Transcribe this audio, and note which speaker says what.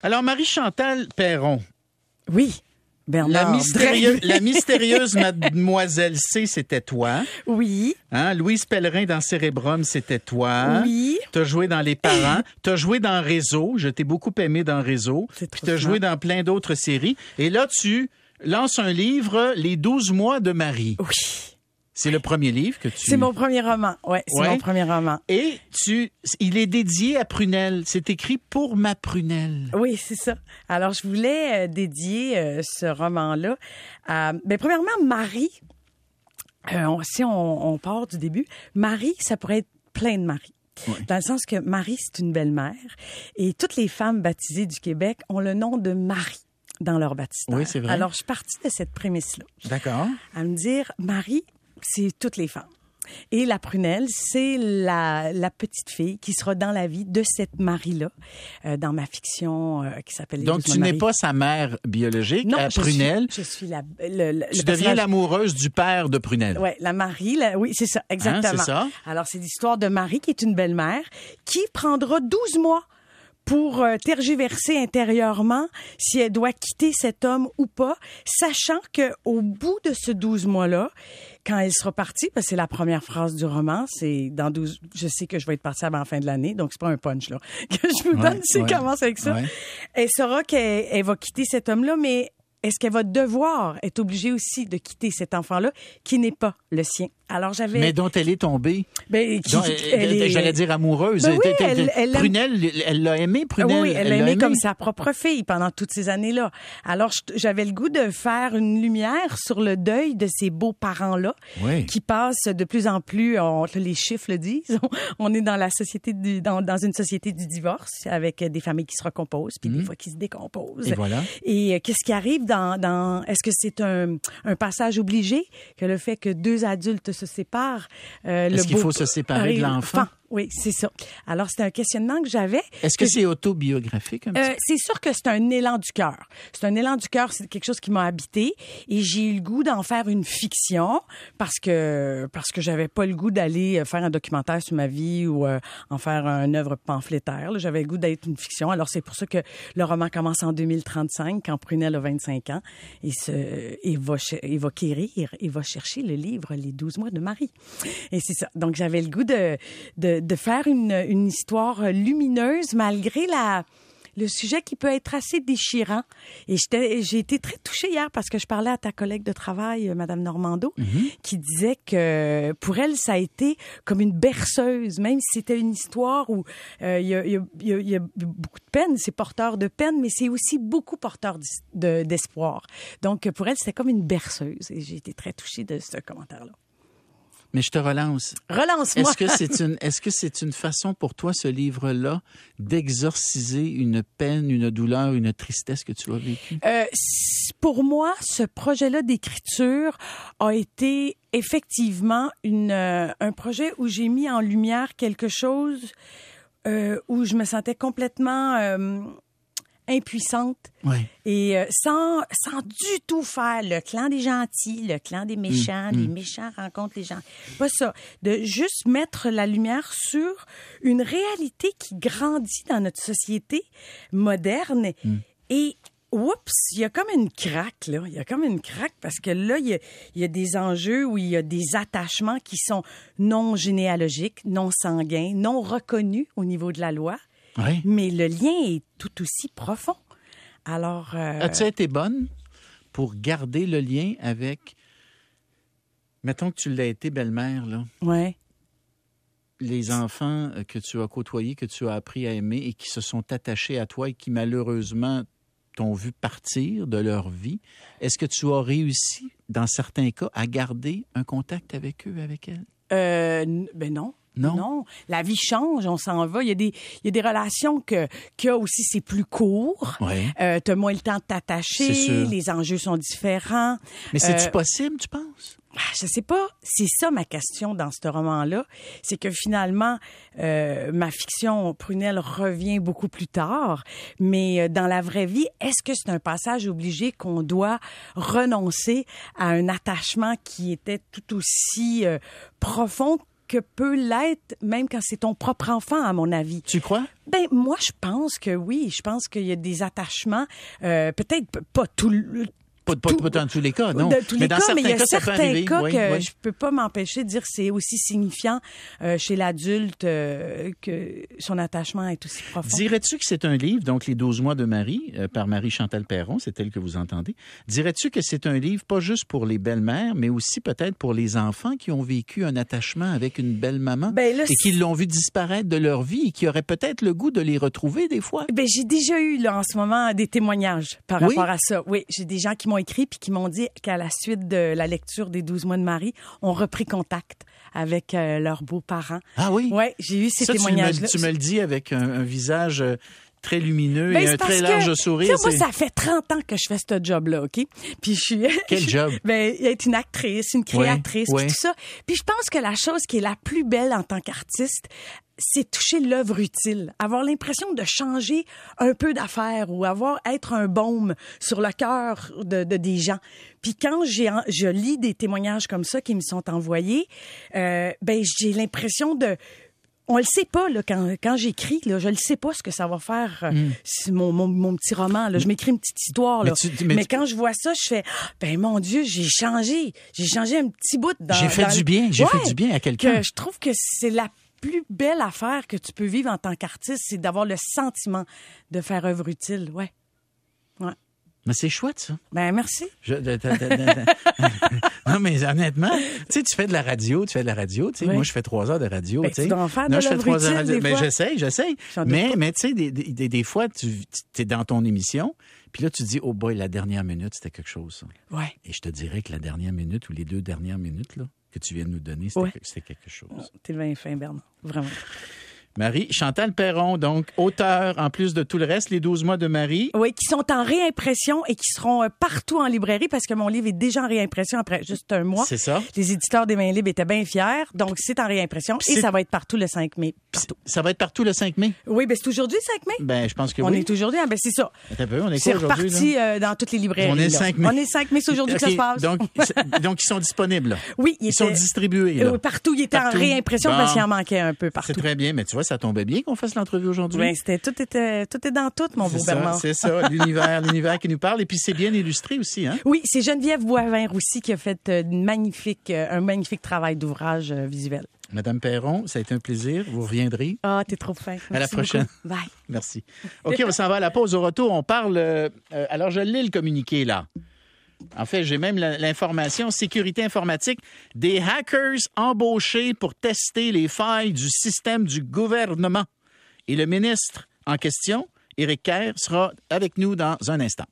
Speaker 1: Alors, Marie-Chantal Perron,
Speaker 2: Oui.
Speaker 1: la,
Speaker 2: Bernard.
Speaker 1: mystérieuse,
Speaker 2: Drey.
Speaker 1: la mystérieuse mademoiselle C, c'était toi.
Speaker 2: Oui.
Speaker 1: Hein? Louise Pellerin dans Cérébrum, c'était toi.
Speaker 2: Oui.
Speaker 1: T'as joué dans Les Parents, t'as joué dans Réseau, je t'ai beaucoup aimé dans Réseau,
Speaker 2: C'est
Speaker 1: puis
Speaker 2: trop
Speaker 1: t'as
Speaker 2: smart.
Speaker 1: joué dans plein d'autres séries. Et là, tu lances un livre, Les 12 mois de Marie.
Speaker 2: Oui.
Speaker 1: C'est le premier livre que tu...
Speaker 2: C'est mon premier roman. Ouais, c'est
Speaker 1: Ouais.
Speaker 2: mon premier roman.
Speaker 1: Et tu, il est dédié à Prunelle. C'est écrit pour ma Prunelle.
Speaker 2: Oui, c'est ça. Alors, je voulais euh, dédier euh, ce roman-là à, ben, premièrement, Marie. Euh, on- si on, on part du début, Marie, ça pourrait être plein de Marie. Dans le sens que Marie, c'est une belle-mère. Et toutes les femmes baptisées du Québec ont le nom de Marie dans leur baptistère.
Speaker 1: Oui, c'est vrai.
Speaker 2: Alors, je suis partie de cette prémisse-là.
Speaker 1: D'accord.
Speaker 2: à me dire Marie, c'est toutes les femmes. Et la prunelle, c'est la, la petite fille qui sera dans la vie de cette Marie-là, euh, dans ma fiction euh, qui s'appelle. Les
Speaker 1: Donc,
Speaker 2: Douze
Speaker 1: tu n'es
Speaker 2: Maries.
Speaker 1: pas sa mère biologique
Speaker 2: non,
Speaker 1: à
Speaker 2: je
Speaker 1: Prunelle.
Speaker 2: Suis, je suis la. le- le-
Speaker 1: Tu
Speaker 2: le
Speaker 1: deviens
Speaker 2: personnage-
Speaker 1: l'amoureuse du père de Prunelle.
Speaker 2: Ouais, la Marie, la- oui, c'est ça, exactement.
Speaker 1: Hein, c'est ça.
Speaker 2: Alors, c'est l'histoire de Marie, qui est une belle-mère, qui prendra 12 mois pour euh, tergiverser intérieurement si elle doit quitter cet homme ou pas, sachant que au bout de ce 12 mois-là, quand elle sera partie, parce que c'est la première phrase du roman, c'est dans 12, je sais que je vais être partie avant la fin de l'année, donc c'est pas un punch, là, que je vous
Speaker 1: Ouais,
Speaker 2: donne, c'est
Speaker 1: ouais,
Speaker 2: comment c'est avec ça.
Speaker 1: ouais.
Speaker 2: Elle saura qu'elle elle va quitter cet homme-là, mais est-ce qu'elle va devoir être obligée aussi de quitter cet enfant-là qui n'est pas le sien? Alors j'avais.
Speaker 1: Mais dont elle est tombée.
Speaker 2: Ben, qui-
Speaker 1: Donc,
Speaker 2: elle
Speaker 1: euh,
Speaker 2: est-
Speaker 1: J'allais dire amoureuse.
Speaker 2: Ben oui,
Speaker 1: T'es- t'es-
Speaker 2: elle-
Speaker 1: t'es-
Speaker 2: elle l'aime.
Speaker 1: Prunelle, elle l'a aimé,
Speaker 2: Ah
Speaker 1: Prunelle.
Speaker 2: oui, elle l'a
Speaker 1: l'a
Speaker 2: aimée comme sa propre fille pendant toutes ces années-là. Alors, je- j'avais le goût de faire une lumière sur le deuil de ces beaux-parents-là
Speaker 1: Oui.
Speaker 2: qui passent de plus en plus, on- les chiffres le disent, on est dans la société du- dans, dans une société du divorce avec des familles qui se recomposent puis des fois qui se décomposent.
Speaker 1: Mmh. Et voilà.
Speaker 2: Et euh, qu'est-ce qui arrive dans, dans est-ce que c'est un, un passage obligé que le fait que deux adultes se séparent euh,
Speaker 1: Est-ce
Speaker 2: le
Speaker 1: qu'il
Speaker 2: beau-
Speaker 1: faut se séparer de
Speaker 2: Euh,
Speaker 1: l'enfant?
Speaker 2: Oui, c'est ça. Alors, c'était un questionnement que j'avais.
Speaker 1: Est-ce que c'est autobiographique un petit
Speaker 2: Euh, c'est sûr que c'est un élan du cœur. C'est un élan du cœur, c'est quelque chose qui m'a habité et j'ai eu le goût d'en faire une fiction parce que parce que j'avais pas le goût d'aller euh, faire un documentaire sur ma vie ou euh, en faire une œuvre pamphlétaire. là. J'avais le goût d'être une fiction. Alors c'est pour ça que le roman commence en 2035 quand Prunel a 25 ans et se et va ch- et va quérir et va chercher le livre Les 12 mois de Marie. Et c'est ça. Donc j'avais le goût de de, de faire une une histoire lumineuse malgré la le sujet qui peut être assez déchirant. Et j'étais- j'ai été très touchée hier parce que je parlais à ta collègue de travail, euh, Madame Normando, qui disait que euh, pour elle, ça a été comme une berceuse, même si c'était une histoire où euh, il y, a, il y a- il y a- il y a beaucoup de peine, c'est porteur de peine, mais c'est aussi beaucoup porteur d'is- de- d'espoir. Donc euh, pour elle, c'était comme une berceuse. Et j'ai été très touchée de ce commentaire-là.
Speaker 1: Mais je te relance.
Speaker 2: Relance-moi.
Speaker 1: Est-ce que c'est une, est-ce que c'est une façon pour toi, ce livre-là, d'exorciser une peine, une douleur, une tristesse que tu as vécue?
Speaker 2: Euh, c- pour moi, ce projet-là d'écriture a été effectivement une, euh, un projet où j'ai mis en lumière quelque chose euh, où je me sentais complètement euh, impuissante
Speaker 1: Oui.
Speaker 2: et euh, sans, sans du tout faire le clan des gentils, le clan des méchants, les méchants rencontrent les gens. Pas ça. De juste mettre la lumière sur une réalité qui grandit dans notre société moderne et Oups, il y a comme une craque, là. Il y a comme une craque parce que là, il y, a, il y a des enjeux où il y a des attachements qui sont non généalogiques, non sanguins, non reconnus au niveau de la loi.
Speaker 1: Oui.
Speaker 2: Mais le lien est tout aussi profond. Alors, euh,
Speaker 1: As-tu été bonne pour garder le lien avec. Mettons que tu l'as été belle-mère, là.
Speaker 2: ouais.
Speaker 1: Les enfants euh, que tu as côtoyés, que tu as appris à aimer et qui se sont attachés à toi et qui malheureusement t'ont vu partir de leur vie, est-ce que tu as réussi, dans certains cas, à garder un contact avec eux, avec elles?
Speaker 2: Euh, n- ben non.
Speaker 1: Non?
Speaker 2: La vie change, on s'en va. Il y a des, il y a des relations que, qu'il y a aussi, c'est plus court.
Speaker 1: Ouais.
Speaker 2: Euh, t'as moins le temps de
Speaker 1: C'est
Speaker 2: t'attacher,
Speaker 1: sûr.
Speaker 2: les enjeux sont différents.
Speaker 1: Mais c'est-tu
Speaker 2: Euh,
Speaker 1: possible, tu penses?
Speaker 2: Ah, Je sais pas, c'est ça ma question dans ce roman-là, c'est que finalement, euh, ma fiction Prunelle revient beaucoup plus tard, mais euh, dans la vraie vie, est-ce que c'est un passage obligé qu'on doit renoncer à un attachement qui était tout aussi euh, profond que peut l'être même quand c'est ton propre enfant, à mon avis.
Speaker 1: Tu crois?
Speaker 2: Ben moi, je pense que oui. Je pense qu'il y a des attachements, euh, peut-être p- pas tout, le-
Speaker 1: Pas, pas-
Speaker 2: Tout-
Speaker 1: pas dans tous les cas, Ah non.
Speaker 2: de tous les
Speaker 1: mais dans
Speaker 2: cas,
Speaker 1: certains
Speaker 2: mais il y a
Speaker 1: cas, ça peut
Speaker 2: certains
Speaker 1: arriver.
Speaker 2: cas
Speaker 1: Oui,
Speaker 2: que
Speaker 1: oui.
Speaker 2: je peux pas m'empêcher de dire que c'est aussi signifiant euh, chez l'adulte euh, que son attachement est aussi profond.
Speaker 1: Dirais-tu que c'est un livre, donc Les 12 mois de Marie, euh, par Marie-Chantal Perron, c'est elle que vous entendez. Dirais-tu que c'est un livre pas juste pour les belles-mères, mais aussi peut-être pour les enfants qui ont vécu un attachement avec une belle-maman
Speaker 2: Ben là,
Speaker 1: hein? et qui l'ont vu disparaître de leur vie et qui auraient peut-être le goût de les retrouver des fois?
Speaker 2: Ben, j'ai déjà eu là, en ce moment des témoignages par
Speaker 1: Oui?
Speaker 2: rapport à ça. Oui, j'ai des gens qui m'ont écrit puis qui m'ont dit qu'à la suite de la lecture des 12 mois de Marie, ont repris contact avec euh, leurs beaux-parents.
Speaker 1: Ah oui?
Speaker 2: Ouais, j'ai eu ces
Speaker 1: Ça, tu me,
Speaker 2: témoignages-là.
Speaker 1: tu me le dis avec un, un visage euh, très lumineux
Speaker 2: Ben,
Speaker 1: et
Speaker 2: c'est
Speaker 1: un
Speaker 2: parce
Speaker 1: très
Speaker 2: que,
Speaker 1: large
Speaker 2: tu
Speaker 1: sourire.
Speaker 2: sais, moi,
Speaker 1: c'est-
Speaker 2: ça fait 30 ans que je fais ce job-là, OK? Puis je suis...
Speaker 1: Quel job?
Speaker 2: Ben, être une actrice, une créatrice,
Speaker 1: Ouais, ouais.
Speaker 2: puis tout ça. Puis je pense que la chose qui est la plus belle en tant qu'artiste, c'est toucher l'œuvre utile, avoir l'impression de changer un peu d'affaires ou avoir être un baume sur le cœur de, de- des gens. Puis quand j'ai en- je lis des témoignages comme ça qui me sont envoyés, euh, ben j'ai l'impression de on le sait pas là, quand, quand j'écris là, je le sais pas ce que ça va faire euh, si mon, mon, mon petit roman là, je m'écris une petite histoire Oh là.
Speaker 1: Hmm. Mais
Speaker 2: Mais,
Speaker 1: tu- mais tu-
Speaker 2: quand je vois ça, je fais Ah, ben mon dieu, j'ai changé, j'ai changé un petit bout dans
Speaker 1: J'ai fait
Speaker 2: dans-
Speaker 1: du bien, j'ai fait
Speaker 2: Ouais,
Speaker 1: du bien à quelqu'un.
Speaker 2: que je trouve que c'est la plus belle affaire que tu peux vivre en tant qu'artiste, c'est d'avoir le sentiment de faire œuvre utile, ouais.
Speaker 1: Mais c'est chouette, ça.
Speaker 2: Ben merci.
Speaker 1: Je- de- de- de- de- non, mais honnêtement, tu sais, tu fais de la radio, tu fais de la radio, tu sais,
Speaker 2: Oui.
Speaker 1: moi, je fais trois heures de radio,
Speaker 2: Ben,
Speaker 1: tu sais.
Speaker 2: tu dois en faire de
Speaker 1: Non, je fais
Speaker 2: l'œuvre
Speaker 1: trois heures de
Speaker 2: utile,
Speaker 1: radio.
Speaker 2: des
Speaker 1: Mais
Speaker 2: fois.
Speaker 1: j'essaye, j'essaye.
Speaker 2: J'en doute
Speaker 1: Mais, mais tu sais, des, des- des- des fois, tu es dans ton émission, puis là, tu te dis, oh boy, la dernière minute, c'était quelque chose, ça.
Speaker 2: Ouais.
Speaker 1: Et je te dirais que la dernière minute ou les deux dernières minutes, là, que tu viens de nous donner, c'était
Speaker 2: Ouais.
Speaker 1: que- c'était quelque chose.
Speaker 2: T'es le vin fin, Bernard. Vraiment.
Speaker 1: Marie, Chantal Perron, donc, auteur, en plus de tout le reste, les 12 mois de Marie.
Speaker 2: Oui, qui sont en réimpression et qui seront euh, partout en librairie parce que mon livre est déjà en réimpression après juste un mois.
Speaker 1: C'est ça.
Speaker 2: Les éditeurs des Mains Libres étaient bien fiers. Donc, c'est en réimpression
Speaker 1: Puis
Speaker 2: et
Speaker 1: c'est-
Speaker 2: ça va être partout le 5 mai.
Speaker 1: Ça va être partout le 5 mai.
Speaker 2: Oui, ben c'est aujourd'hui le 5 mai.
Speaker 1: Ben, je pense que
Speaker 2: on
Speaker 1: oui.
Speaker 2: est aujourd'hui. Ah, ben c'est ça.
Speaker 1: Attends un peu, on est
Speaker 2: C'est
Speaker 1: quoi aujourd'hui, là?
Speaker 2: reparti euh, dans toutes les librairies.
Speaker 1: On est le
Speaker 2: là.
Speaker 1: 5 mai.
Speaker 2: On est le 5 mai, c'est aujourd'hui que ça
Speaker 1: Ok,
Speaker 2: se passe.
Speaker 1: Donc, c'est- donc, ils sont disponibles. là.
Speaker 2: oui, il
Speaker 1: Ils sont
Speaker 2: était-
Speaker 1: distribués.
Speaker 2: Euh,
Speaker 1: Là.
Speaker 2: partout, il était
Speaker 1: Partout.
Speaker 2: en réimpression
Speaker 1: Bon.
Speaker 2: parce qu'il en manquait un peu partout.
Speaker 1: C'est très bien, mais tu vois, ça tombait bien qu'on fasse l'entrevue aujourd'hui.
Speaker 2: Ben, c'était tout était tout est dans tout, mon
Speaker 1: c'est
Speaker 2: beau
Speaker 1: ça,
Speaker 2: Bernard.
Speaker 1: c'est ça, l'univers, l'univers qui nous parle. Et puis, c'est bien illustré aussi, hein?
Speaker 2: Oui, c'est Geneviève Boivin-Roussy qui a fait euh, une magnifique, euh, un magnifique travail d'ouvrage euh, visuel.
Speaker 1: Madame Perron, ça a été un plaisir. Vous reviendrez.
Speaker 2: Ah, t'es trop fin.
Speaker 1: la
Speaker 2: Merci
Speaker 1: prochaine.
Speaker 2: beaucoup. Bye.
Speaker 1: Merci. OK, on s'en va à la pause. Au retour, on parle. euh, euh, alors, je lis le communiqué, là. En fait, j'ai même la- l'information sécurité informatique des hackers embauchés pour tester les failles du système du gouvernement. Et le ministre en question, Éric Kerr, sera avec nous dans un instant.